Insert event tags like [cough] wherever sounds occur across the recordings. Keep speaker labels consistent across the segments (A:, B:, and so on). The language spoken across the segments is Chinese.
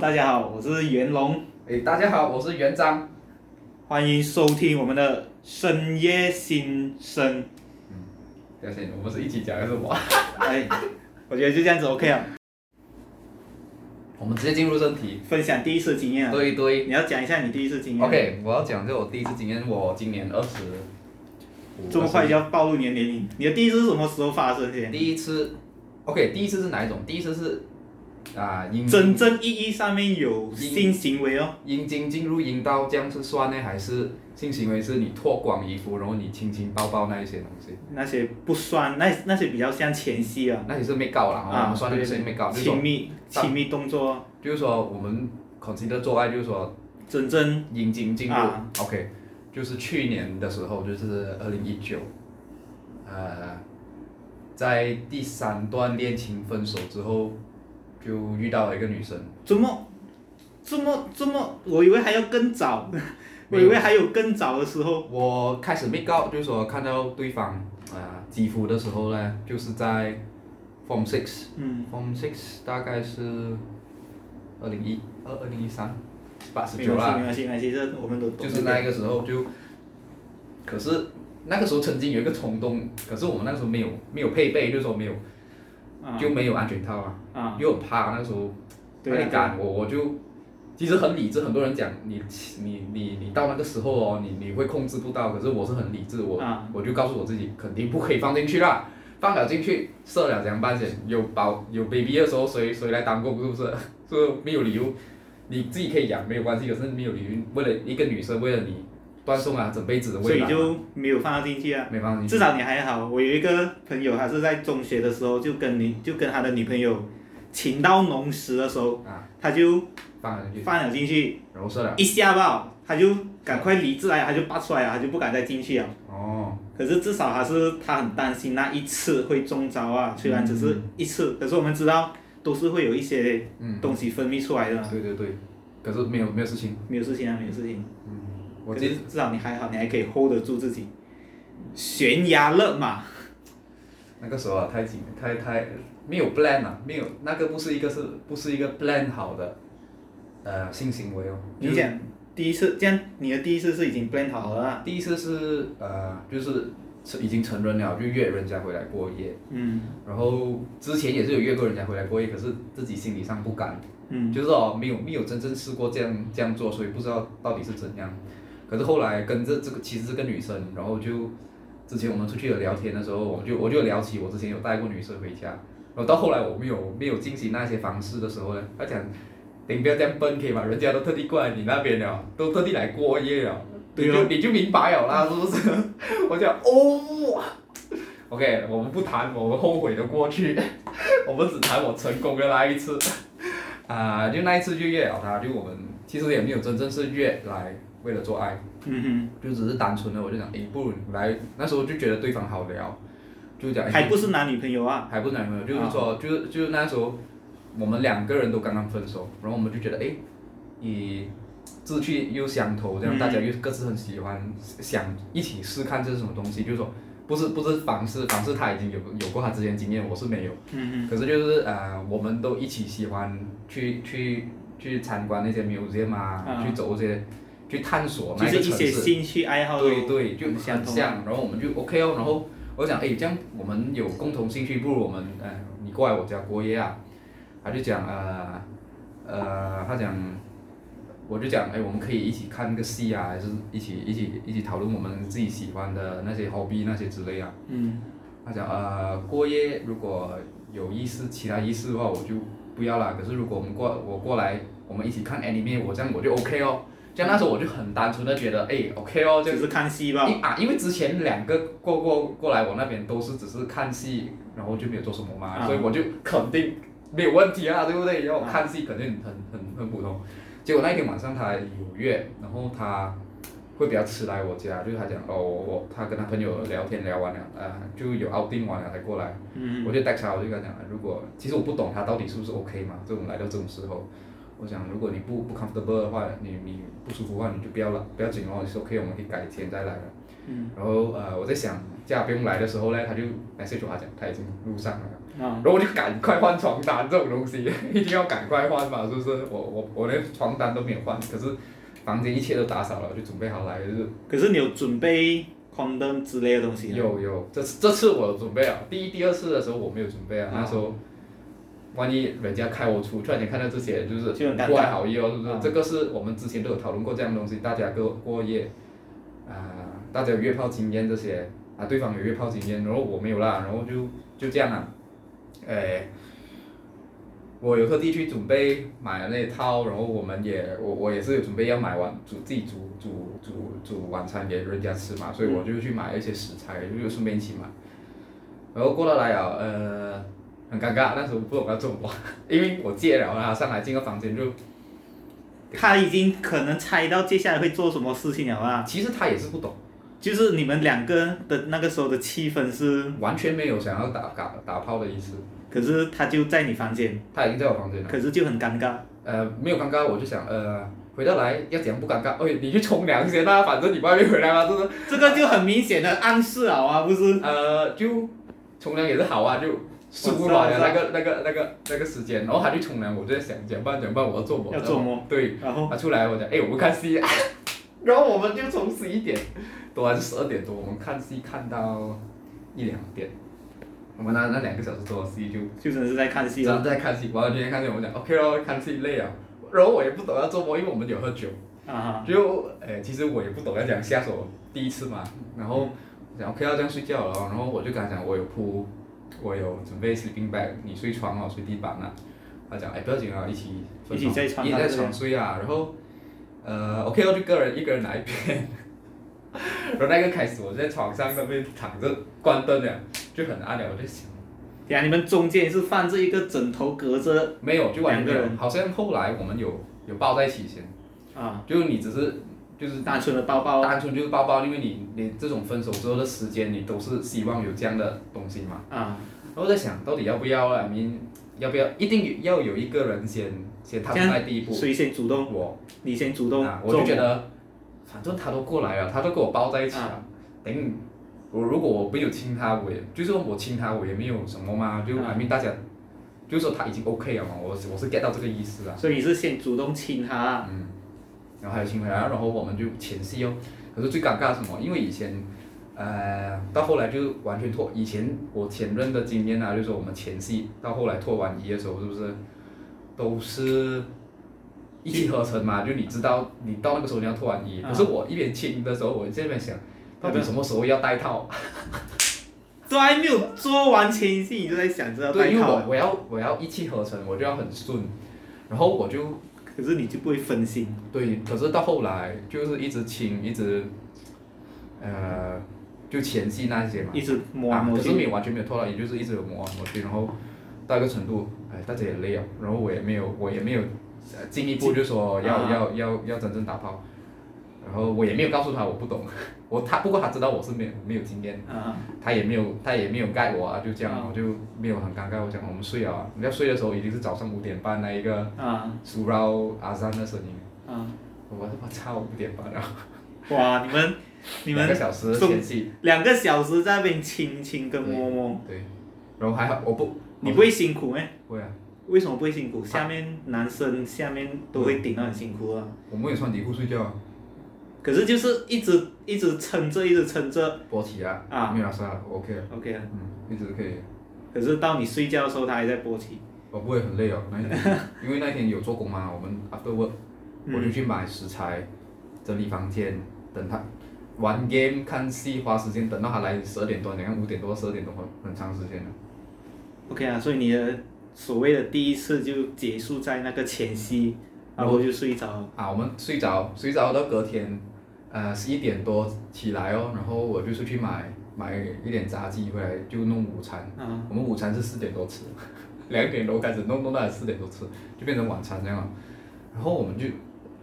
A: 大家好，我是袁龙，
B: 哎，大家好，我是元章。
A: 欢迎收听我们的深夜新生。
B: 不要紧，我们是一起讲还是我？
A: 哎，我觉得就这样子 OK 啊。
B: [laughs] 我们直接进入正题。
A: 分享第一次经验啊，
B: 对对
A: 你要讲一下你第一次经验。
B: ，OK，我要讲就我第一次经验，我今年二十，
A: 这么快就要暴露你的年龄，你的第一次是什么时候发生的？
B: 第一次，OK，第一次是哪一种？第一次是啊，阴
A: 真正意义上面有性行为哦，
B: 阴茎进入阴道，这样是算呢，还是性行为是你脱光衣服，然后你亲亲抱抱那一些东西？
A: 那些不算，那那些比较像前戏啊，
B: 那也是没搞啦，哦我
A: 啊，
B: 们算那个是没搞，就是
A: 亲
B: 说，
A: 密亲密动作，啊
B: 就是说我们 consider 做爱，就是说
A: 真正
B: 阴茎进入、
A: 啊
B: OK，就是去年的时候，就是二零一九，呃，在第三段恋情分手之后，就遇到了一个女生，
A: 怎么这么这么，我以为还要更早，我
B: 没
A: 以
B: 有
A: 为还有更早的时候。
B: 我开始 make out，就是说看到对方啊、呃、肌肤的时候呢，就是在 form six
A: 嗯
B: form six 大概是二零一二二零一三八十
A: 没
B: 九
A: 关系，
B: 啦
A: 没，关系，没关系，啊这我们都懂
B: 就是那一个时候就，可是那个时候曾经有一个冲动，可是我们那个时候没有没有配备，就是说没有
A: 啊
B: 就没有安全套啊，
A: 啊，
B: 因为我怕那个时候那
A: 对
B: 你
A: 啊，
B: 敢我我就其实很理智，很多人讲你你你你到那个时候哦，你你会控制不到，可是我是很理智，我、
A: 啊
B: 我就告诉我自己肯定不可以放进去啦。放了进去，射了怎样办先？有宝有 baby 的时候，谁谁来当工是不 [laughs] 是？是不是没有理由，你自己可以养没有关系，可是没有理由为了一个女生为了你断送啊整辈子的
A: 所
B: 未
A: 以
B: 来，
A: 就没有放到进去啊。
B: 没放进去。
A: 至少你还好，我有一个朋友，他是在中学的时候就跟你就跟他的女朋友情到浓时的时候，
B: 啊，
A: 他就
B: 放了进去，啊
A: 放了进去，
B: 然后射了。
A: 一下吧，他就赶快理智来，他就拔出来啊了，他就不敢再进去了。
B: 哦，
A: 可是至少还是他很担心那一次会中招啊，虽然只是一次，可是我们知道都是会有一些
B: 嗯，
A: 东西分泌出来的嘛，
B: 对对对，可是没有没有事情。
A: 没有事情啊，没有事情。
B: 我
A: 可
B: 记
A: 是至少你还好，你还可以 hold 得住自己。悬崖勒马，
B: 那个时候啊，太紧，太太没有 plan 啊，没有那个不是一个是不是一个 plan 好的，呃，性行为哦。
A: 你讲第一次，这样你的第一次是已经 plan 好了啦。
B: 第一次是呃，就是已经成人了，就约人家回来过夜，
A: 嗯
B: 然后之前也是有约过人家回来过夜，可是自己心理上不敢，
A: 嗯
B: 就是哦，没有没有真正试过这样这样做，所以不知道到底是怎样。可是后来跟这这个其实这个女生，然后就之前我们出去聊天的时候，我就我就聊起我之前有带过女生回家，然后到后来我没有没有进行那些方式的时候呢，她讲，你不要这样笨可以吗？人家都特地过来你那边了，都特地来过夜了，你
A: 对
B: 就
A: 哦
B: 你就明白了啦，是不是？ [laughs] 我讲哦。OK，我们不谈我们后悔的过去， [laughs] 我们只谈我成功的那一次。啊、就那一次就约了他，就我们其实也没有真正是约来为了做爱，
A: 嗯
B: 就只是单纯的我就想，诶，不如你来，那时候就觉得对方好聊，就讲
A: 哼，
B: 诶
A: 还不是男女朋友啊。
B: 还不是男朋友，就是说，就是就是那时候我们两个人都刚刚分手，然后我们就觉得，诶，以志趣又相投，这样
A: 嗯
B: 大家又各自很喜欢，想一起试看这是什么东西，就是说。不是不是房事，房事他已经有有过他之前经验，我是没有。
A: 嗯
B: 可是就是呃，我们都一起喜欢去去去参观那些 museum 啊，
A: 啊
B: 去走这些，去探索
A: 哼，
B: 那
A: 就
B: 个城
A: 是
B: 市。
A: 一些兴趣爱好啊
B: 对对，就
A: 很
B: 很
A: 相同。啊
B: 像。然后我们就 OK 哦，然后我想，哎，这样我们有共同兴趣，不如我们，哎，你过来我家过夜啊。他就讲，呃，呃，他讲，我就讲，哎，我们可以一起看个戏啊，还是一起一起一起讨论我们自己喜欢的那些 hobby 那些之类啊。
A: 嗯
B: 他讲，呃，过夜如果有意思，其他意思的话，我就不要啦。可是如果我们过我过来，我们一起看 anime，我这样我就 OK 哦。这样那时候我就很单纯的觉得，哎，OK 哦，这
A: 只
B: 样
A: 是看戏吧。
B: 因啊，因为之前两个过过过来我那边都是只是看戏，然后就没有做什么嘛，
A: 啊
B: 所以我就肯定没有问题啊，对不对？然后看戏肯定很很很普通。结果那一天晚上他有约，然后他会比较迟来我家，就是他讲哦，我我他跟他朋友聊天聊完了，呃，就有 outing 完了才过来。
A: 嗯
B: 我就带他，我就跟他讲，如果其实我不懂他到底是不是 OK 嘛，这种来到这种时候，我想，如果你不不 comfortable 的话，你你不舒服的话，你就不要了，不要紧哦，你说 OK，我们可以改天再来了。
A: 嗯
B: 然后呃，我在想，家不用来的时候呢，他就 message 我他讲他已经路上了，
A: 啊
B: 然后我就赶快换床单这种东西， [laughs] 一定要赶快换嘛，是不是？我我我连床单都没有换，可是房间一切都打扫了，我就准备好来，就是
A: 可是你有准备 condom 之类的东西吗？啊
B: 有有，这次这次我有准备了，第一、第二次的时候我没有准备啊，
A: 啊
B: 那时候万一人家开我出，突然间看到这些就是
A: 就很尴尬
B: 不怀好意哦，是不是？
A: 啊
B: 这个是我们之前都有讨论过这样的东西，大家过过夜啊、大家有约炮经验这些啊，对方有约炮经验，然后我没有啦，然后就就这样啊，哎。我有特地去准备买了那套，然后我们也我我也是有准备要买晚煮自己煮煮煮煮晚餐给人家吃嘛，所以我就去买了一些食材，就顺便一起买。然后过到来了，呃，很尴尬，那时候不懂要做什么， [laughs] 因为我戒了啦，上来进个房间就，
A: 他已经可能猜到接下来会做什么事情了啊！
B: 其实他也是不懂，
A: 就是你们两个的那个时候的气氛是，
B: 完全没有想要打打打炮的意思，
A: 可是他就在你房间，
B: 他已经在我房间了，
A: 可是就很尴尬。
B: 呃，没有尴尬，我就想，呃，回到来要怎样不尴尬？哎，你去冲凉先啦、反正你外面回来嘛，是不是？
A: 这个就很明显的暗示了啊，不是？
B: 呃，就冲凉也是好啊，就舒服嘛，
A: 我知道
B: 那个那个那个那个时间，然后他去冲凉，我就在想怎么办怎么办，我要做么？
A: 要做哦么？
B: 对，
A: 然后
B: 他出来我讲，哎，我们看戏、啊， [laughs] 然后我们就从十一点多还是十二点多，我们看戏看到一两点，我们那那两个小时多的戏就
A: 就真的是在看戏
B: 然后
A: 了
B: 在看戏，完了今天看戏，我们讲 OK 咯，看戏累啊，然后我也不懂要做么，因为我们有喝酒。
A: 啊！
B: 就诶、其实我也不懂要讲下手，第一次嘛，然后我讲 OK 要这样睡觉了，然后我就跟他讲我有铺，我有准备 sleeping bag，你睡床哦，睡地板啊。他讲哎、不要紧啊，一起分
A: 一起在床
B: 一起在
A: 上睡
B: 床睡啊，然后呃 OK 我就个人一个人拿一边， [laughs] 然后那个开始我在床上那边躺着关灯了，就很暗了，我就想。
A: 呀，你们中间是放着一个枕头隔着
B: 没有，就完
A: 两
B: 全没
A: 个
B: 有。
A: 人
B: 好像后来我们有有抱在一起先，
A: 啊，
B: 就你只是就是
A: 单纯的抱抱
B: 单纯就是抱抱，因为你你这种分手之后的时间，你都是希望有这样的东西嘛。
A: 啊，
B: 然后在想到底要不要啊？你要不要？一定要有一个人先先踏出
A: 这样
B: 那第一步。
A: 谁先主动，
B: 我
A: 你先主动
B: 啊，，我
A: 做
B: 就觉得，反正他都过来了，他都跟我抱在一起
A: 啊
B: 了，等于我如果我没有亲他，我也就是我亲他，我也没有什么嘛，就
A: 啊
B: 还没大家，就是说他已经 OK 了嘛，我是我是 get 到这个意思啊。
A: 所以你是先主动亲他，
B: 嗯，然后还有亲回来，然后我们就前戏哦。可是最尴尬的是什么？因为以前，呃，到后来就完全脱。以前我前任的经验啊，就是说我们前戏到后来脱完衣的时候，是不是都是一气呵成嘛？就你知道，你到那个时候你要脱完衣。
A: 啊
B: 可是我一边亲的时候，我这边想，到底什么时候要戴套？
A: 都还没有做完前戏，你就在想着要
B: 对，
A: 戴
B: 因为
A: 套
B: 我
A: 了，
B: 我要我要一气呵成，我就要很顺，然后我就
A: 可是你就不会分心，
B: 对，可是到后来就是一直亲，一直，呃，就前戏那些嘛，
A: 一直摸来
B: 啊，
A: 摸
B: 可是没
A: 去，
B: 有完全没有脱到，也就是一直有磨来磨去，然后到一个程度，哎，大家也累了，然后我也没有，我也没有呃进一步就说要、
A: 啊
B: 要要要真正打炮，然后我也没有告诉他我不懂，我他不过他知道我是没有没有经验，
A: 啊，
B: 他也没有他也没有盖我啊，就这样，
A: 啊
B: 我就没有很尴尬，我讲我们睡了啊，我们要睡的时候已经是早上五点半那一个
A: 啊
B: 苏绕阿三的声音。
A: 啊！
B: 我他妈差五点半了，
A: 哇，你们你
B: 两个
A: 们
B: 小时
A: 送
B: 前戏，
A: 两个小时在那边亲亲跟摸摸，
B: 对，然后还好我不，
A: 你不会辛苦咩？
B: 不会啊，
A: 为什么不会辛苦？下面男生下面都会顶到很辛苦啊。
B: 我们也穿底裤睡觉啊，
A: 可是就是一直一直撑着，一直撑着
B: 勃起啊，
A: 啊
B: 没有啊，是啊我，OK 啊，
A: ，OK 啊。
B: 嗯，一直可以，
A: 可是到你睡觉的时候，他还在勃起。
B: 我不会很累哦，那一
A: [laughs]
B: 天，因为那一天有做工嘛，我们 after work，我就
A: 嗯
B: 去买食材，整理房间，等他玩 game 看戏，花时间等到他来十二点多，你看五点多十二点多，很很长时间了，
A: ，OK 啊。所以你的所谓的第一次就结束在那个前夕，
B: 我
A: 然后就睡着了。
B: 啊，我们睡着，睡着到隔天，呃，十一点多起来哦，然后我就出去买买一点炸鸡回来，就弄午餐。
A: 啊
B: 我们午餐是四点多吃， [laughs] 两点多开始弄，弄到四点多吃，就变成晚餐这样了。啊然后我们就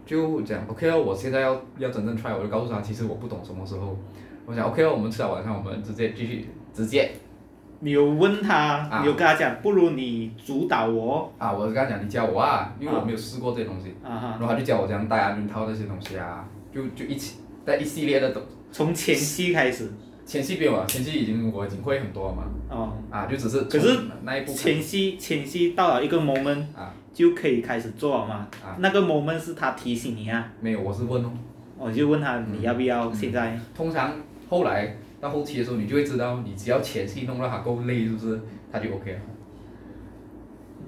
B: 就讲 OK 哦，我现在要要真正 try，我就告诉他，其实我不懂什么时候。我想 OK 哦，我们吃了晚餐，我们直接继续直接
A: 你有问他，
B: 啊
A: 你有跟他讲，不如你主导我
B: 啊，我是跟他讲你教我啊，因为我没有试过这些东西，
A: 啊哈，
B: 然后他就教我怎样戴安全套那些东西啊，就就一起带一系列的东，啊
A: 从前期开始
B: 前期没有啊，前期已经我已经会很多了嘛，
A: 哦，
B: 啊，就只是
A: 可是
B: 从那一步开
A: 前期前期到了一个 moment
B: 啊
A: 就可以开始做了嘛，
B: 啊
A: 那个 moment 是他提醒你啊，
B: 没有，我是问哦，
A: 我就问他
B: 嗯
A: 你要不要现在，
B: 通常后来到后期的时候，你就会知道，你只要前期弄到他够累，是不是他就 OK 了？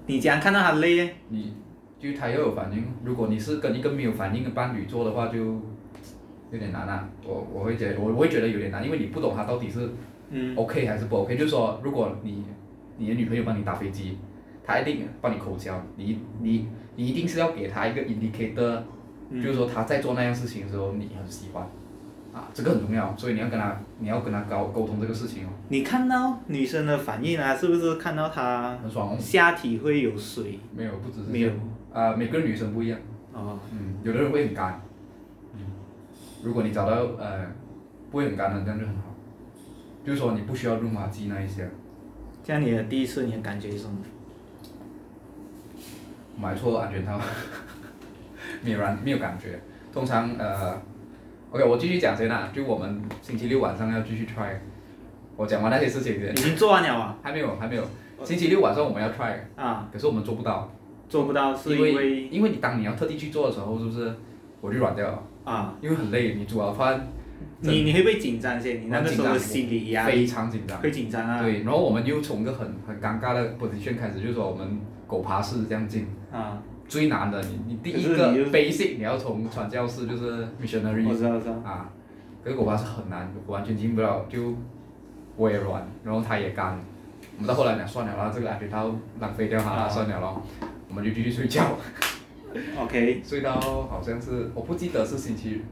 A: 你怎样看到他累呢？
B: 你就他要有反应。如果你是跟一个没有反应的伴侣做的话，就有点难啊。我我会觉得我我会觉得有点难，因为你不懂他到底是
A: 嗯
B: OK 还是不 OK。就是说，如果你你的女朋友帮你打飞机，她一定帮你口交，你你你一定是要给她一个 indicator，、
A: 嗯
B: 就是说她在做那样事情的时候，你很喜欢。啊，这个很重要，所以你要跟她，你要跟她沟沟通这个事情哦，
A: 你看到女生的反应啊，是不是看到她
B: 很爽哦。
A: 下体会有水？
B: 没有，不只是
A: 没有
B: 这样啊、每个女生不一样。
A: 哦，
B: 嗯，有的人会很干，嗯，如果你找到呃不会很干的，这样就很好。就是说你不需要润滑剂那一些，
A: 这样你的第一次你的感觉是什么？
B: 买错安全套， [laughs] 没有然没有感觉。通常呃，OK，我继续讲先啦，就我们星期六晚上要继续 try。我讲完那些事情先
A: 已，经做完了啊，
B: 还没有还没有，星期六晚上我们要 try，
A: 啊，
B: 可是我们做不到，
A: 做不到是
B: 因
A: 因
B: 为
A: 为
B: 因为你当你要特地去做的时候，是不是我就软掉了？
A: 啊，
B: 因为很累，你煮好饭，真
A: 你你会不会紧张先？你那个时候的心理压
B: 非
A: 力
B: 常紧张。
A: 会紧张啊，
B: 对，然后我们又从一个很很尴尬的 position 开始，就是说我们狗爬式这样进，
A: 啊，
B: 最难的，你你第一
A: 可
B: 个
A: 是你就哦
B: basic 你要从传教士就是 missionary
A: 我知道，我知道，
B: 啊，可是狗爬式很难，我完全进不了，就我也软，然后它也干，我们到后来讲算了啦，这个安全套浪费掉它啦，
A: 啊
B: 算了咯，我们就继续睡觉， [laughs]
A: ，OK，
B: 睡到好像是我不记得是星期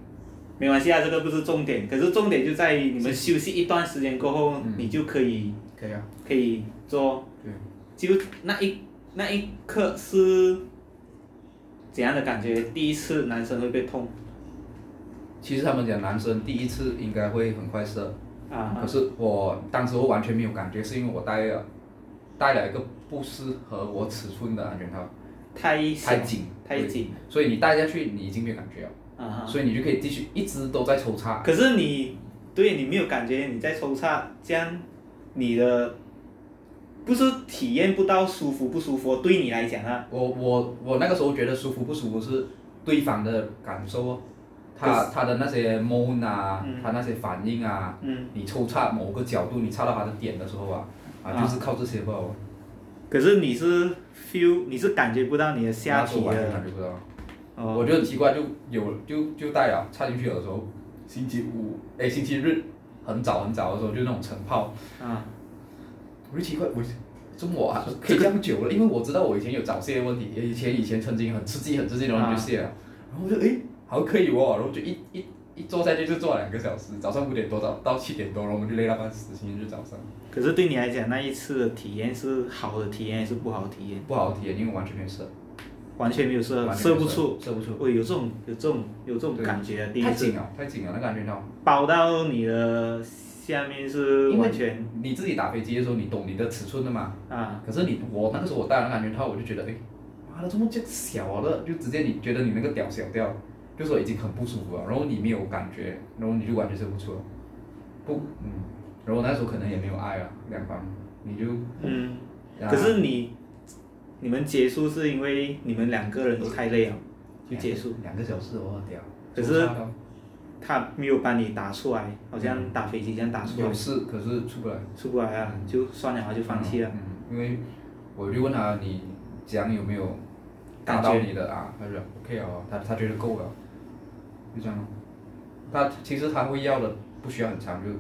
A: 没关系啊，这个不是重点，可是重点就在于你们休息一段时间过后，
B: 嗯
A: 你就可以
B: 可以啊，
A: 可以做，
B: 对，
A: 就那一那一刻是怎样的感觉？第一次男生会被碰
B: 其实他们讲男生第一次应该会很快射。可
A: 啊
B: 是我当时我完全没有感觉，是因为我戴了戴了一个不适合我尺寸的安全套，
A: 太小
B: 太紧，
A: 太紧
B: 对，所以你戴下去你已经没有感觉了，
A: 啊哈。
B: 所以你就可以继续一直都在抽插。
A: 可是你对你没有感觉，你在抽插，这样你的不是体验不到舒服不舒服，对你来讲啊，
B: 我我我那个时候觉得舒服不舒服是对方的感受哦，他他的那些 moan 啊，
A: 嗯
B: 他那些反应啊，
A: 嗯，
B: 你抽插某个角度，你插到他的点的时候啊，啊
A: 啊
B: 就是靠这些吧，我
A: 可是你是 feel 你是感觉不到你的下
B: 那时候
A: 体
B: 完全
A: 的
B: 感觉不到。
A: 哦
B: 啊我就很奇怪，就有就就带了插进去的时候，星期五哎星期日很早很早的时候就那种晨泡，
A: 啊
B: 我就奇怪我中午啊嗯可以这样久了，因为我知道我以前有早泄的问题，以前以前曾经很刺激很刺激的然后就泄了，然后我就哎好像可以哦，然后就一一一坐下去就坐了两个小时，早上五点多到到七点多，然后我们就累到半死，星期日早上
A: 可是对你来讲，那一次的体验是好的体验还是不好的体验？
B: 不好体验，因为完全没有射，
A: 完全没有射，
B: 完全
A: 射
B: 没有
A: 不出。
B: 啊射不出，
A: 我有这种有这种有这种
B: 对
A: 感觉，啊第一
B: 太
A: 次
B: 紧了太紧了，那个安全套。
A: 包到你的下面是
B: 因为
A: 完全
B: 你自己打飞机的时候，你懂你的尺寸的嘛？
A: 啊
B: 可是你我那个时候我戴了那个安全套，我就觉得，哎，妈的，怎么这样小了？就直接你觉得你那个屌小掉，就说已经很不舒服了，然后你没有感觉，然后你就完全射不出了，不，嗯，然后那时候可能也没有爱了，两方，你就，
A: 嗯。
B: 啊
A: 可是你你们结束是因为你们两个人都太累了，就结束。
B: 两个小时我屌，
A: 可是
B: 抽插到
A: 他没有把你打出来，好像打飞机这样打出来
B: 有，事，可是出不来，
A: 出不来啊，就算了，就放弃了。啊
B: 嗯，因为我就问他你讲有没有达到你的啊？他说 OK 哦，他他觉得够了，就这样咯。他其实他会要的不需要很长，就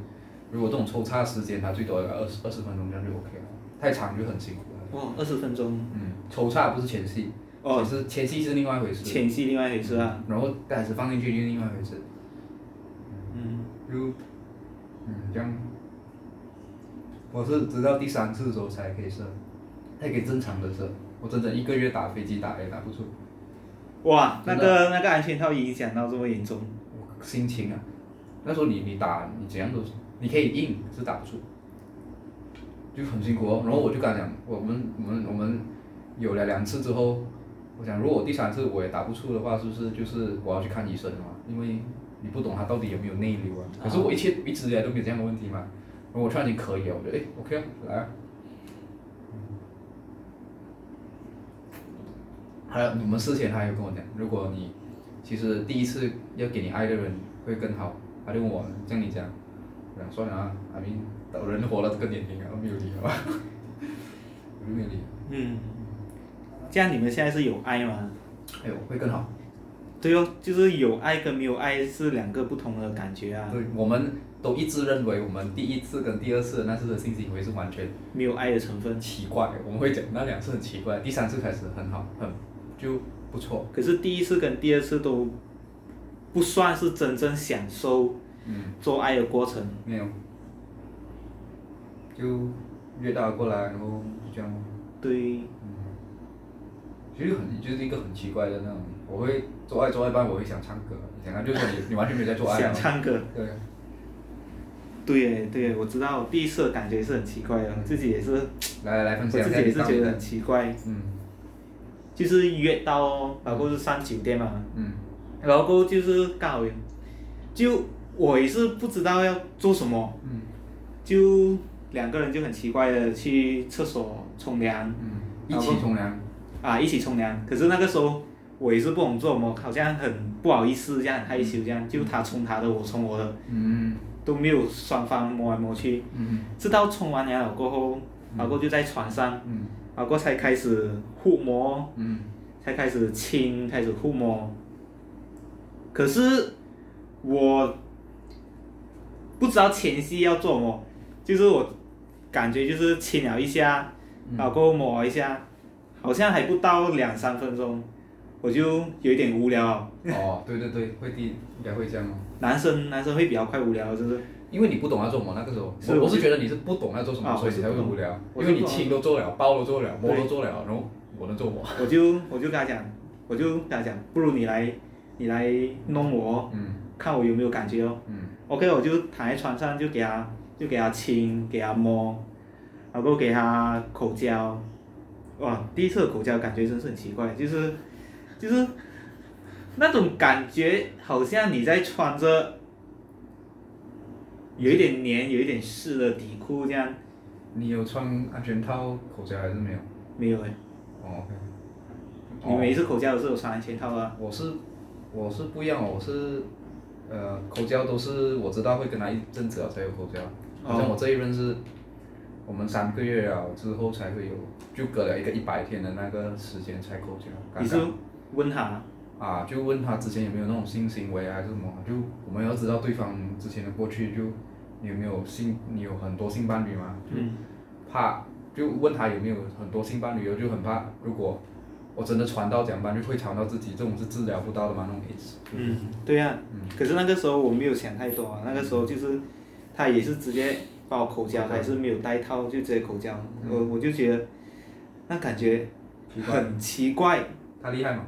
B: 如果这种抽插时间，他最多二十二十分钟这样就 OK 了，太长就很辛苦了。
A: 哦，二十分钟
B: 嗯，抽插不是前戏，
A: 哦，
B: 是前戏是另外一回事，
A: 前戏另外一回事啊。
B: 然后袋子放进去就是另外一回事，
A: 嗯，
B: 就嗯这样。我是直到第三次的时候才可以射，才可以正常的射。我整整一个月打飞机打也打不出，
A: 哇，那
B: 嗯真的
A: 个那个安全套影响到这么严重。
B: 我心情啊。那时候你你打你怎样都，你可以硬是打不出，就很辛苦哦。然后我就跟他讲，我们我们我们有了两次之后，我想如果我第三次我也打不出的话，是不是就是我要去看医生了嘛？因为你不懂他到底有没有内瘤啊。可是我一切一直以来都没有这样的问题嘛。然后我突然间可以了，我觉得哎 OK 啊，来啊。还有你们事前他有跟我讲，如果你其实第一次要给你爱的人会更好，他就问我这样你讲，我讲算了啊，阿明，人活到这个年龄啊，没有理由啊， [laughs] 我就没有理由。
A: 嗯，这样你们现在是有爱吗？
B: 哎呦，会更好。
A: 对哦，就是有爱跟没有爱是两个不同的感觉啊。
B: 对，我们都一致认为我们第一次跟第二次的那次的性行为是完全
A: 没有爱的成分
B: 很，奇怪，我们会讲那两次很奇怪，第三次开始很好，很就不错。
A: 可是第一次跟第二次都不算是真正享受
B: 嗯，
A: 做爱的过程。
B: 没有，就约到过来，然后就这样咯。
A: 对，
B: 其实很就是一个很奇怪的那种，我会做爱做到一半，我会想唱歌，想唱就是说你 [laughs] 你完全没有在做爱
A: 想
B: 啊。
A: 唱歌。
B: 对，
A: 对耶对耶，我知道，第一次的感觉是很奇怪
B: 嗯
A: 的，自己也是，我
B: 来来分
A: 自
B: 享一
A: 己
B: 下
A: 也
B: 你
A: 是
B: 当
A: 觉
B: 时
A: 得
B: 的
A: 很，奇怪，
B: 嗯
A: 就是约到哦，包括是上酒店嘛，
B: 嗯
A: 然后过后就是刚好有，就我也是不知道要做什么，
B: 嗯
A: 就两个人就很奇怪的去厕所冲凉
B: 嗯，一
A: 然后
B: 起冲凉，
A: 啊，一起冲凉。可是那个时候我也是不懂做什么，好像很不好意思，这样很害羞，这样就他冲他的，我冲我的，
B: 嗯
A: 都没有双方摸来摸去。
B: 嗯
A: 直到冲完凉了过后，然后就在床上，
B: 嗯
A: 然后才开始互摸，
B: 嗯
A: 才开始亲，开始互摸。可是我不知道前戏要做什么，就是我感觉就是亲了一下，然后过后摸一下，好像还不到两三分钟，我就有一点无聊了。
B: 嗯，哦，对对对，会第应该会这样哦。
A: 男生男生会比较快无聊，就是
B: 因为你不懂要做什么，那个时候，
A: 是
B: 我我
A: 我
B: 是
A: 是
B: 觉得你是不懂要做什么，
A: 啊
B: 所以你才会无聊。
A: 我
B: 因
A: 是不懂
B: 为你亲都做了，包都做了，摸
A: 对
B: 都做了，然后我能做我。
A: 我就我就跟他讲，我就跟他讲，不如你来你来弄我，
B: 嗯
A: 看我有没有感觉哦。
B: 嗯
A: OK，我就躺在床上就给他就给他亲，给他摸，然后给他口交。哇，第一次的口交感觉真是很奇怪，就是就是那种感觉，好像你在穿着有一点黏、有一点湿的底裤这样。
B: 你有穿安全套、口罩还是没有？
A: 没有哎，
B: 哦，OK。
A: 你每一次口交都是有穿安全套啊。
B: 我是我是不一样哦，我是呃口交都是我知道会跟他一阵子了啊才有口交，
A: 哦
B: 好像我哦这一任是我们三个月了之后才会有，就隔了一个一百天的那个时间才口交。刚
A: 你是
B: 刚
A: 问他，
B: 啊，就问他之前有没有那种性行为啊，还是什么？就我们要知道对方之前的过去，就你有没有性，你有很多性伴侣吗？就
A: 嗯，
B: 怕就问他有没有很多性伴侣，我就很怕，如果我真的传到讲班，就会传到自己，这种是治疗不到的嘛，那种 AIDS。
A: 嗯，对呀、可是那个时候我没有想太多啊，那个时候就是他也是直接把我口交，他也是没有带套就直接口交，我我就觉得那感觉
B: 奇怪
A: 很奇怪，
B: 他厉害吗？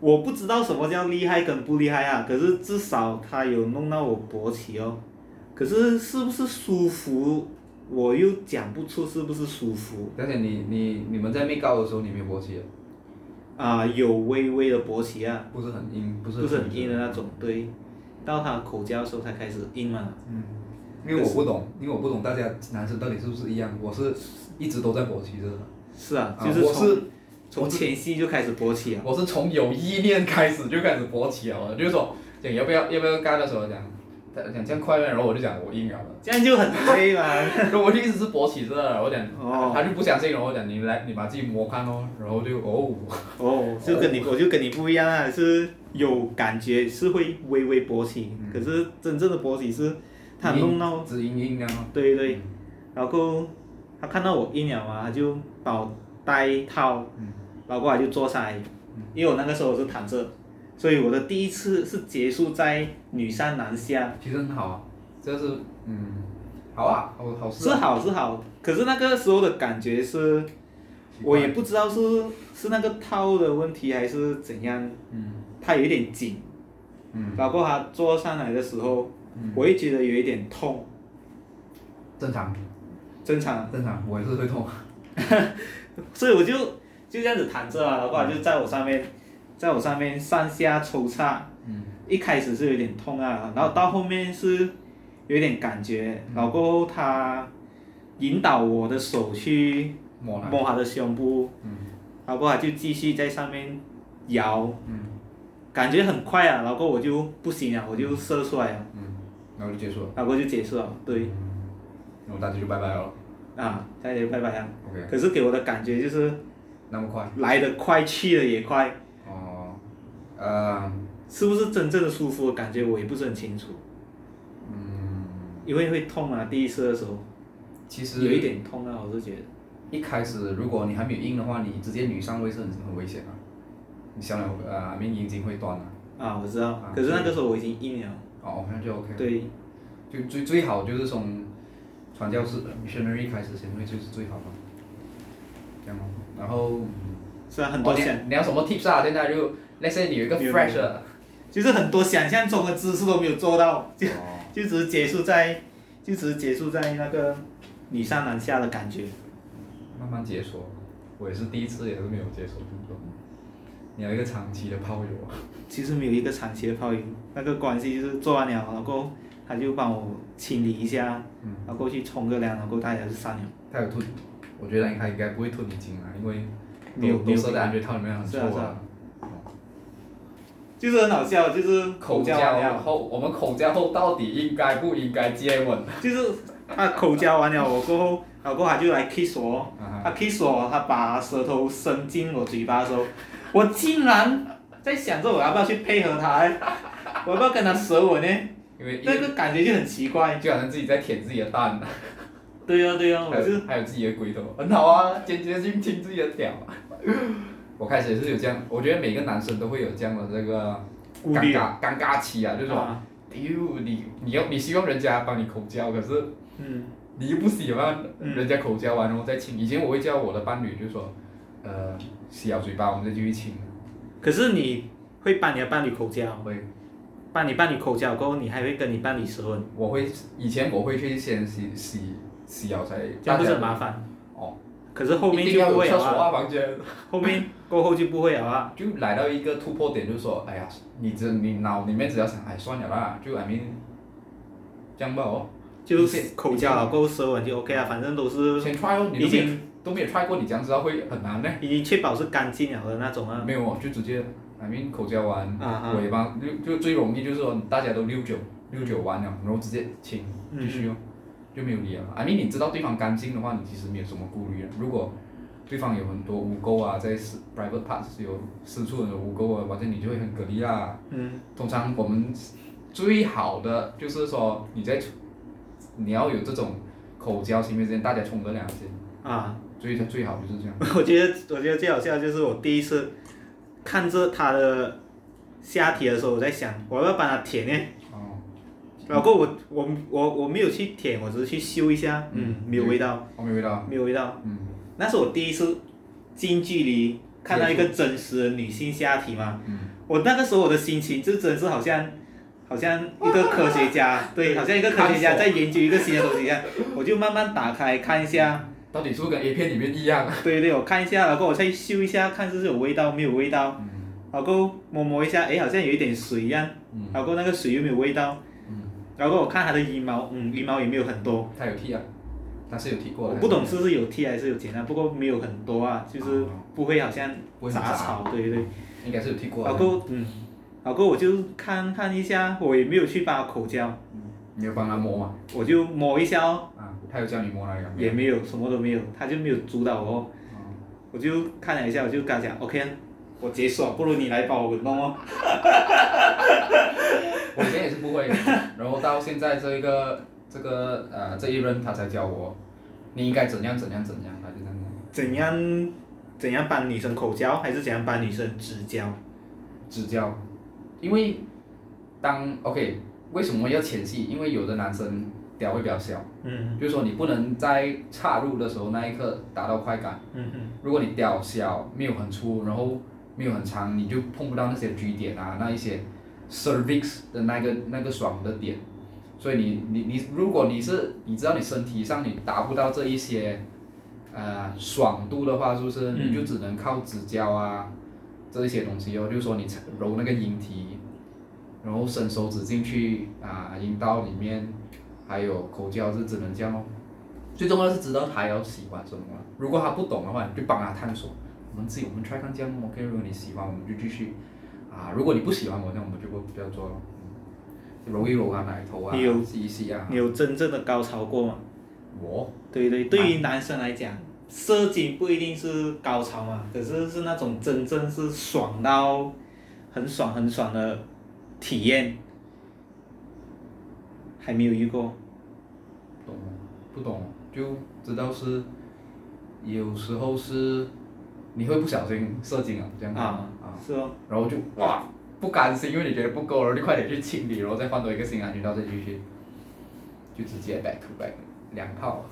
A: 我不知道什么叫厉害跟不厉害啊，可是至少他有弄到我勃起哦，可是是不是舒服，我又讲不出是不是舒服
B: 而且你你你们在没告的时候，你没有勃起的，
A: 啊、有微微的勃起啊，
B: 不是很硬，不是
A: 不是很硬的啊那种，对，到他口交的时候才开始硬嘛。
B: 因为我不懂，因为我不懂大家男生到底是不是一样，我是一直都在勃起着的。
A: 是啊，
B: 啊
A: 就是
B: 我
A: 从、
B: 是
A: 从前戏就开始勃起啊。
B: 我是从有意念开始就开始勃起了，我就是说，讲要不要要不要干的时候讲，他讲这样快乐，然后我就讲我硬了 [laughs] 的，
A: 这样就很推嘛。
B: 然后我就一直是勃起着的，我讲、
A: 哦
B: 他就不相信，然后我讲你来你把自己摸看哦，然后就哦，
A: [laughs] 哦，就跟你我就跟你不一样啊，是有感觉，是会微微勃起，可是真正的勃起是他弄到，
B: 只硬硬那样哦，
A: 对对，然后他看到我硬了嘛，他就把我带套，然后过来就坐下来，因为我那个时候我是躺着。所以我的第一次是结束在女上男下，
B: 其实很好啊，这是嗯，好啊，好好事
A: 哦是
B: 啊、
A: 好是好，可是那个时候的感觉是
B: 奇怪
A: 我也不知道是是那个套的问题还是怎样，
B: 嗯
A: 它有一点紧，
B: 嗯，
A: 包括它坐上来的时候，我会觉得有一点痛，
B: 正常，
A: 正常，
B: 正常，我也是会痛。
A: 所以我就就这样子躺着啊，老
B: 嗯
A: 板就在我上面，在我上面上下抽插，
B: 嗯
A: 一开始是有点痛啊，然后到后面是有点感觉，
B: 嗯
A: 然后过后他引导我的手去
B: 摸来，
A: 摸他的胸部，
B: 嗯
A: 然后过后他就继续在上面摇，
B: 嗯
A: 感觉很快啊，然后过后我就不行啊了，我就射出来了，
B: 嗯，然后就结束了。
A: 然后过后就结束了，对，
B: 然后大家就拜拜了。
A: 啊，大家拜拜啊。
B: OK，
A: 可是给我的感觉就是
B: 那么快。
A: 来得快去的也快，
B: 哦，呃，
A: 是不是真正的舒服的感觉我也不是很清楚，
B: 嗯，
A: 因为会痛啊，第一次的时候
B: 其实
A: 有一点痛啊，我是觉得
B: 一开始如果你还没有硬的话，你直接女上位是很很危险的、啊你小鸟呃，面阴茎会断的、
A: 啊，我知道
B: 啊，
A: 可是那个时候我已经硬了，
B: 哦，那就 OK。，
A: 对，
B: 就最最好就是从传教士呃 missionary 开始先会就是最好了。这样哦，然后
A: 虽然很多
B: 哦
A: 想，
B: 你你要什么 tips 啊？现在就 let's say 你有一个
A: 没有
B: fresh 的，
A: 就是很多想象中的姿势都没有做到，就
B: 哦，
A: 就只是结束在，就只是结束在那个女上男下的感觉，
B: 慢慢解锁。我也是第一次，也是没有解锁很多。你有一个长期的炮友啊，
A: 其实没有一个长期的泡影，那个关系就是做完了，然后他就帮我清理一下，
B: 嗯
A: 然后过去冲个凉，然后大家就散了。
B: 他有吞，我觉得他应该不会吞你精啊，因为
A: 没有
B: 都
A: 没
B: 都
A: 有
B: 射在安全套里面很
A: 是
B: 臭
A: 啊是
B: 啊
A: 啊。就是很好笑，就是
B: 口
A: 交
B: 交
A: 完了，
B: 后，我们口交后到底应该不应该接吻？
A: 就是他口交完了我过后，然后过后他就来 kiss 我，他 kiss 我，他把舌头伸进我嘴巴的时候，我竟然在想着我要不要去配合他，哎我要不要跟他舌吻呢？
B: 因为一
A: 那个感觉就很奇怪。
B: 就好像自己在舔自己的蛋，
A: 对呀、对呀、啊
B: 还
A: 我就
B: 有还有自己的龟头，很好啊，间接性亲自己的屌。我开始也是有这样，我觉得每个男生都会有这样的这个
A: 顾
B: 尴
A: 虑
B: 尬尴尬期啊，就是说，
A: 啊，
B: 丢你你要你希望人家帮你口交，可是
A: 嗯，
B: 你又不喜欢
A: 嗯
B: 人家口交完然后再亲。以前我会叫我的伴侣就说，呃，洗好嘴巴，我们再继续亲。
A: 可是你会帮你的伴侣口交，
B: 会，
A: 帮你伴侣口交过后，你还会跟你伴侣舌吻，
B: 我会以前我会去先洗洗洗好才，
A: 这样不是很
B: 大家
A: 麻烦？
B: 哦，
A: 可是后面
B: 一定
A: 就
B: 要
A: 不
B: 有
A: 会
B: 厕
A: 了
B: 所
A: 啊，
B: 啊，房间。
A: 后面过后就不会了啊。
B: 就来到一个突破点，就是说，哎呀，你只你脑里面只要想，哎，算了啦，就 I mean，这样吧哦，
A: 就是口交了，够舌吻就 OK 了，反正都是
B: 先 try 哦，你
A: 已
B: 都没有哎
A: 经
B: 都没有 try 过，你这样知道会很难呢。
A: 已经确保是干净了的那种啊。
B: 没有哦，就直接 I mean 口交完，
A: 啊哈
B: 尾巴就就最容易就是说大家都六九六九完了，然后直接亲
A: 嗯
B: 继续哦，就没有理了。I mean 你知道对方干净的话，你其实没有什么顾虑了。啊如果对方有很多污垢啊，在私 private parts 有私处的污垢啊，反正你就会很隔离啦。
A: 嗯，
B: 通常我们最好的就是说你在出你要有这种口交行为之前，大家冲个两先，
A: 啊，
B: 最最好就是这样。
A: 我觉得我觉得最好笑就是我第一次看着他的下体的时候，我在想我要不要帮他舔呢？
B: 哦，
A: 然后啊我我我我没有去舔，我只是去嗅一下，嗯，没有味道，
B: 后面味道，
A: 没有味道。
B: 嗯，
A: 那是我第一次近距离看到一个真实的女性下体嘛。
B: 嗯
A: 我那个时候我的心情就真是好像，好像一个科学
B: [laughs]
A: 家，对，好像一个科学家在研究一个新的东西一样。我就慢慢打开看一下，
B: 到底是不是跟 A 片里面一样？
A: 对对，我看一下，然后我再嗅一下，看是不是有味道，没有味道，
B: 嗯
A: 然后摸摸一下，哎，好像有一点水一样，
B: 嗯
A: 然后那个水又没有味道，
B: 嗯，
A: 然后我看它的阴毛，嗯，阴毛也没有很多，
B: 他有剃啊，他是有剃过
A: 我
B: 的。
A: 不懂是不是有剃还是有剪啊，不过没有很多啊，就是不会好像
B: 不会很
A: 杂
B: 杂
A: 草，对对。
B: 应该是有剃过
A: 老
B: 的。
A: 哥，嗯，老哥，我就看看一下，我也没有去帮他口交，
B: 你有帮他摸吗？
A: 我就摸一下哦，
B: 啊，他有叫你摸那个？
A: 也没有，什么都没有，他就没有主导我哦，
B: 哦。
A: 我就看了一下，我就跟他讲，OK，啊我结束了，不如你来帮我弄哦。
B: 我以前也是
A: [laughs]
B: 不会，然后到现在这一个这个呃这一任他才教我，你应该怎样怎样怎样，他就这样讲。
A: 怎样怎样帮女生口交，还是怎样帮女生指交？
B: 指教，因为当 OK 为什么要前戏？因为有的男生屌会比较小，
A: 嗯
B: 就是说你不能在插入的时候那一刻达到快感。
A: 嗯嗯
B: 如果你屌小，没有很粗，然后没有很长，你就碰不到那些 G 点啊，那一些 cervix 的那个那个爽的点。所以你你你，如果你是你知道你身体上你达不到这一些，呃，爽度的话，是不是？
A: 嗯
B: 你就只能靠指教啊，这一些东西哦，就是说你揉那个阴蒂，然后伸手指进去啊、阴道里面，还有口交是只能这样哦。最重要是知道他要喜欢什么，如果他不懂的话，你就帮他探索。我们自己我们 try 看这样 OK，如果你喜欢我们就继续啊，如果你不喜欢我，那我们就不不要做了。嗯揉一揉啊，奶头啊
A: 你有，
B: 吸一吸啊。
A: 你有真正的高潮过吗？
B: 我
A: 对对，对于男生来讲，射精不一定是高潮嘛，可是是那种真正是爽到很爽很爽的体验，还没有遇过。
B: 懂了不懂就知道是，有时候是你会不小心射精啊，这样
A: 啊
B: 啊，
A: 是哦，
B: 然后就哇不甘心，因为你觉得不够，然后就快点去清理，然后再换多一个新安全套再继续，就直接 back to back 两套，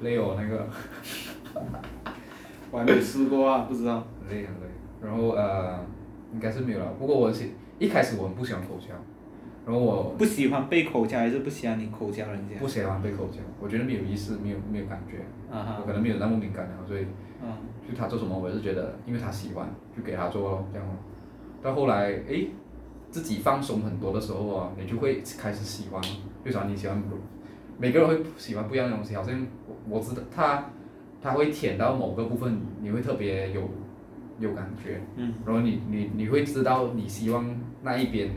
B: 累哦那个。
A: 我还没有试过啊，不知道。
B: 很累很累。然后呃，应该是没有了。不过我是一开始我很不喜欢口交，然后我
A: 不喜欢被口交，还是不喜欢你口交人家？
B: 不喜欢被口交，我觉得没有意思，没有没有感觉，
A: 啊哈
B: 我，可能没有那么敏感了，所以
A: 嗯，
B: 就他做什么，我也是觉得，因为他喜欢，就给他做咯，这样咯。到后来，诶，自己放松很多的时候啊，你就会开始喜欢，就像你喜欢，每个人会喜欢不一样的东西。好像我我知道他，他会舔到某个部分，你会特别有有感觉，
A: 嗯，
B: 然后你你你会知道你希望那一边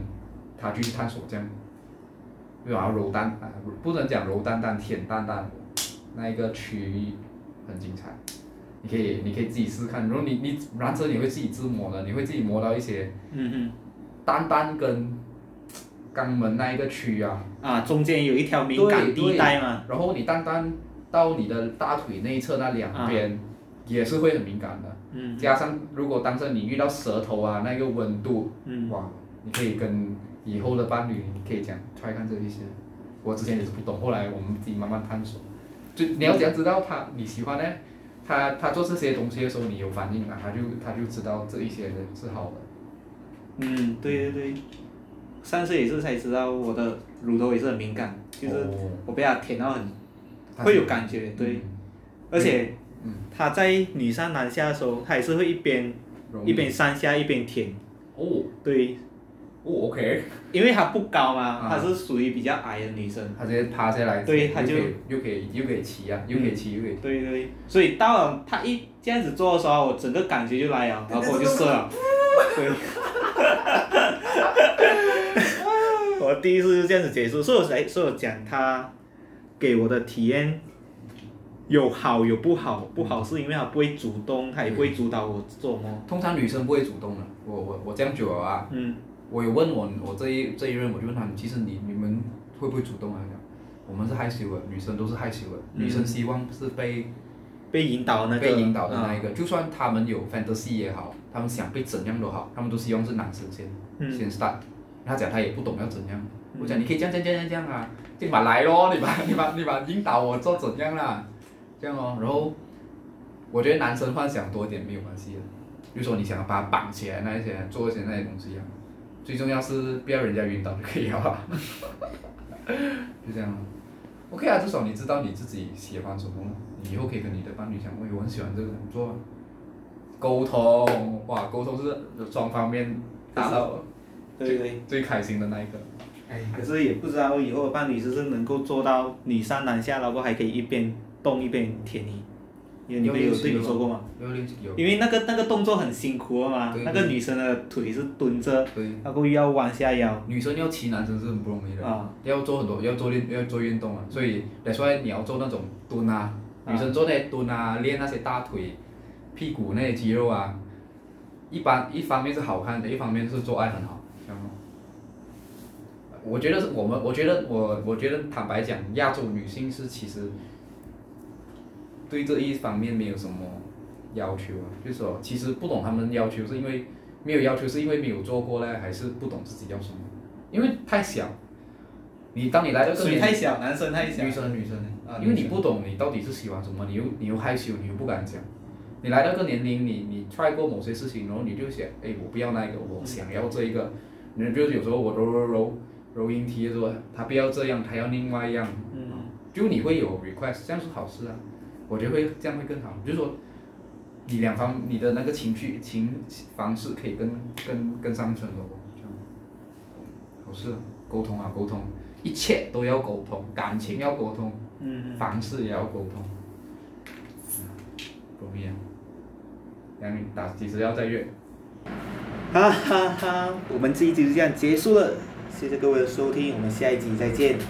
B: 他去探索这样，对吧？揉蛋啊，不能讲揉蛋蛋，舔蛋蛋，那一个区域很精彩。你可以，你可以自己试试看。然后你你然后你会自己自摸的，你会自己摸到一些
A: 嗯
B: 单单跟肛门那一个区啊，
A: 哼，啊，中间有一条敏感地带嘛，
B: 然后你单单到你的大腿内侧那两边、也是会很敏感的。
A: 嗯
B: 加上如果当时你遇到舌头啊那个温度，
A: 嗯，
B: 哇，你可以跟以后的伴侣你可以讲 try 看这一些。我之前也是不懂，后来我们自己慢慢探索。就你要怎样知道他你喜欢呢？他他做这些东西的时候，你有反应啊，他就他就知道这一些人是好的。
A: 嗯，对对对，上次也是才知道我的乳头也是很敏感，就是
B: 哦
A: 我被它舔到很
B: 他
A: 会有感觉，对，而且
B: 嗯
A: 它在女上男下的时候，它也是会一边
B: 容易
A: 一边上下一边舔，
B: 哦
A: 对，
B: 哦，OK，
A: 因为它不高嘛，
B: 啊
A: 它是属于比较矮的女生，
B: 他直接趴下来，
A: 对他
B: 又
A: 就
B: 可以又可以又可以骑啊，又可以骑又可以，
A: 对对，所以到了他一这样子做的时候，我整个感觉就来了，然后我就射了。对， [laughs] 我第一次就这样子结束，所以我才所以我讲他给我的体验有好有不好，不好是因为他不会主动，他也不
B: 嗯
A: 会主导我做么。
B: 通常女生不会主动的，我我我这样久了啊，
A: 嗯
B: 我有问我我这一这一任，我就问他们，其实你你们会不会主动啊？他讲我们是害羞的，女生都是害羞的，
A: 嗯
B: 女生希望是被
A: 被引导那个啊
B: 被引导的那一
A: 个，
B: 个，就算他们有 fantasy 也好，他们想被怎样都好，他们都希望是男生先、
A: 嗯
B: 先 start。他讲他也不懂要怎样，
A: 嗯
B: 我讲你可以这样这样这样这样啊，就把来咯， [laughs] 你把你把你把引导我做怎样啦，这样哦。然后我觉得男生幻想多一点没有关系的，比如说你想把他绑起来那一些做一些那些东西啊，最重要是不要人家晕倒就可以了啊， [laughs] 就这样啊。OK 啊，至少你知道你自己喜欢什么，你以后可以跟你的伴侣讲，喂，我很喜欢这个，你做啊。沟通，哇，沟通是双方面达到
A: 对对。
B: 最开心的那一个。
A: 哎，可是也不知道以后的伴侣是不是能够做到女上男下，然后还可以一边动一边舔你。你女朋友对你说过吗？
B: 有练有
A: 因为那个那个动作很辛苦的啊嘛
B: 对，
A: 那个女生的腿是蹲着，
B: 对，
A: 然后又要弯下腰
B: 女生要骑男生是很不容易的，
A: 啊，
B: 要做很多，要做练，要做运动啊。所以，that's why 你要做那种蹲啊，
A: 啊
B: 女生做那些蹲啊，练那些大腿、屁股那些肌肉啊。一般一方面是好看的，一方面是做爱很好。
A: 嗯
B: 这样咯我觉得是我们，我觉得我，我觉得坦白讲，亚洲女性是其实对这一方面没有什么要求啊，就是说其实不懂他们要求，是因为没有要求，是因为没有做过嘞，还是不懂自己要什么？因为太小，你当你来到这
A: 腿
B: 里，
A: 太小，男生太小
B: 女。生女生
A: 啊，
B: 因为
A: 女
B: 你
A: 生
B: 不懂你到底是喜欢什么，你又你又害羞，你又不敢讲。你来到一个年龄，你你 try 过某些事情，然后你就想，哎，我不要那个，我想要这一个。你就是有时候我揉揉揉，柔音提的说他不要这样，他要另外一样，
A: 嗯
B: 就你会有 request，这样是好事啊，我觉得会这样会更好，就是说你两方你的那个情绪情方式可以更更更上一层楼，这样好事啊，沟通啊沟通，一切都要沟通，感情要沟通，
A: 嗯
B: 房事也要沟通，嗯，不一样。梁宇打几时要再约？
A: 哈哈哈，我们这一集就这样结束了，谢谢各位的收听，我们下一集再见，
B: 拜